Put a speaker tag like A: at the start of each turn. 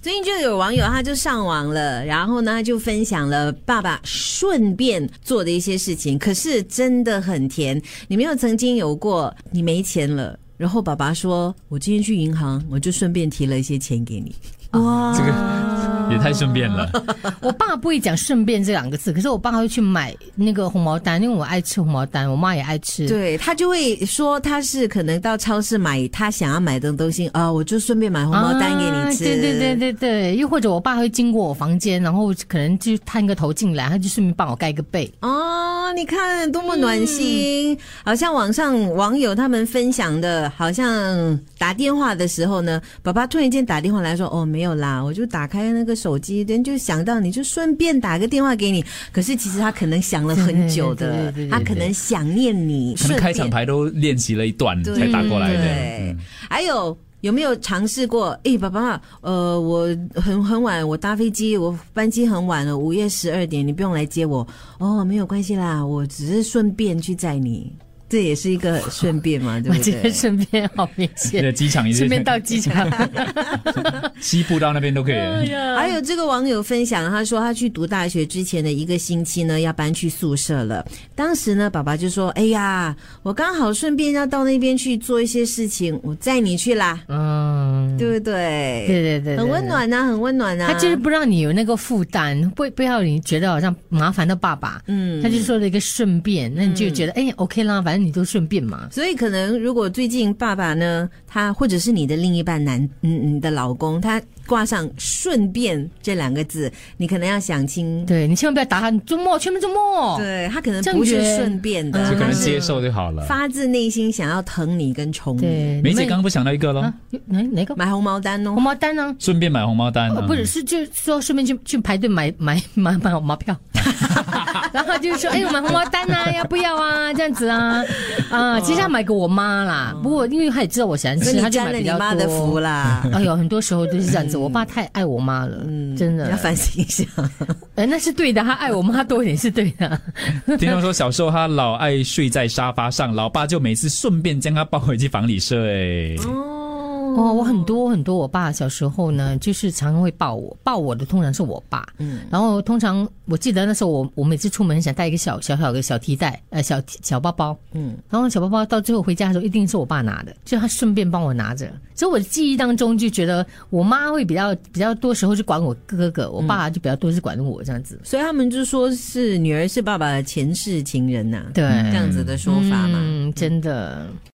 A: 最近就有网友他就上网了，然后呢他就分享了爸爸顺便做的一些事情，可是真的很甜。你没有曾经有过你没钱了，然后爸爸说：“我今天去银行，我就顺便提了一些钱给你。”啊
B: 哇，
C: 这也太顺便
B: 哦
C: 了。
B: 我爸不会讲“顺便”这两个字，可是我爸会去买那个红毛丹，因为我爱吃红毛丹，我妈也爱吃。，
A: 对他就会说他是可能到超市买他想要买的东西啊，我就顺便买红包单给你吃。
B: 啊。对对对对对，又或者我爸会经过我房间，然后可能就探个头进来，他就顺便帮我盖个被。
A: 哦，你看多么暖心！好像网上网友他们分享的，好像打电话的时候呢，爸爸突然间打电话来说：“哦，没有啦，我就打开那个手机，人就想到你就顺便打个电话给你。”可是其实他可能想了很久的
B: 对对对对对，对
A: 他可能想念你，
C: 他
A: 顺便
C: 们开场牌都练习了一段
A: 对
C: 才打过来的。嗯
A: 对，还有。有没有尝试过？诶，爸爸妈妈，呃，我很很晚，我搭飞机，我班机很晚了，午夜十二点，你不用来接我。哦，没有关系啦，我只是顺便去载你，这也是一个顺便嘛，对
B: 我
A: 不
B: 觉得
A: 对？
B: 顺便好明
C: 那个
B: 显，
C: 机场也
B: 顺便
C: 是
B: 到机场。
C: 西部到那边都可以。
A: 还
B: 哎
A: 有这个网友分享，他说他去读大学之前的一个星期呢，要搬去宿舍了。当时呢，爸爸就说：“哎呀，我刚好顺便要到那边去做一些事情，我载你去啦，
B: 嗯，
A: 对不对？”
B: 对对对对，
A: 很温
B: 对。
A: 暖呐、啊很温暖呐、
B: 他就是不让你有那个负担，不不要你觉得好像麻烦到爸爸。
A: 嗯
B: 他就说了一个顺便，那你就觉得哎、OK 啦，反正你都顺便嘛。
A: 所以可能如果最近爸爸呢，他或者是你的另一半男，嗯，你的老公，他挂上“顺便”这两个字，你可能要想清，
B: 对你千万不要打他，你周末去不周末？
A: 对他可能不
B: 正
A: 是
B: 缘
A: 顺便
B: 嗯
A: 的，
C: 就可
A: 他
C: 能
A: 是
C: 接受就好了。
A: 发自内心想要疼你跟宠你，
B: 对，
C: 梅
B: 你
C: 姐
B: 们
C: 刚刚不想到一个咯，
B: 啊，有哪哪个
A: 买红毛丹哦
B: 红。毛丹呢？
C: 顺便买红毛丹
B: 哦，
C: 啊。
A: 嗯
B: 不只是就说顺便去去排队买 买买买 买票，然后就是说，哎，我买红毛丹啊，要不要啊？这样子啊，啊，其实他买给我妈啦，不过因为他也知道我喜欢
A: 哦所以
B: 嗯吃，他
A: 你
B: 就
A: 沾
B: 买
A: 了
B: 比
A: 你
B: 较
A: 妈的福
B: 多。
A: 啦，嗯
B: 哎呦，很多时候都是这样子，我爸太爱我妈了， 真的
A: 要。反省一下。
B: 哎，那是对的，他爱我妈多一点是对的。
C: 听说说小时候他老爱睡在沙发上，老爸就每次顺便将他抱回去房里睡。
B: 哦，
A: 哦
B: 我很多很多，我爸小时候呢，就是常常会抱我，抱我的通常是我爸。嗯，然后通常我记得那时候我我每次出门想带一个小小小的小提袋，呃，小提小包包。嗯，然后小包包到最后回家的时候一定是我爸拿的，就他顺便帮我拿着。所以我的记忆当中就觉得我妈会比较比较多时候就管我哥哥，我
A: 嗯
B: 爸就比较多是管我这 样子。
A: 所以他们就说是女儿是爸爸的前世情人呐、
B: 对，
A: 这样子的说法嘛。
B: 嗯，真的。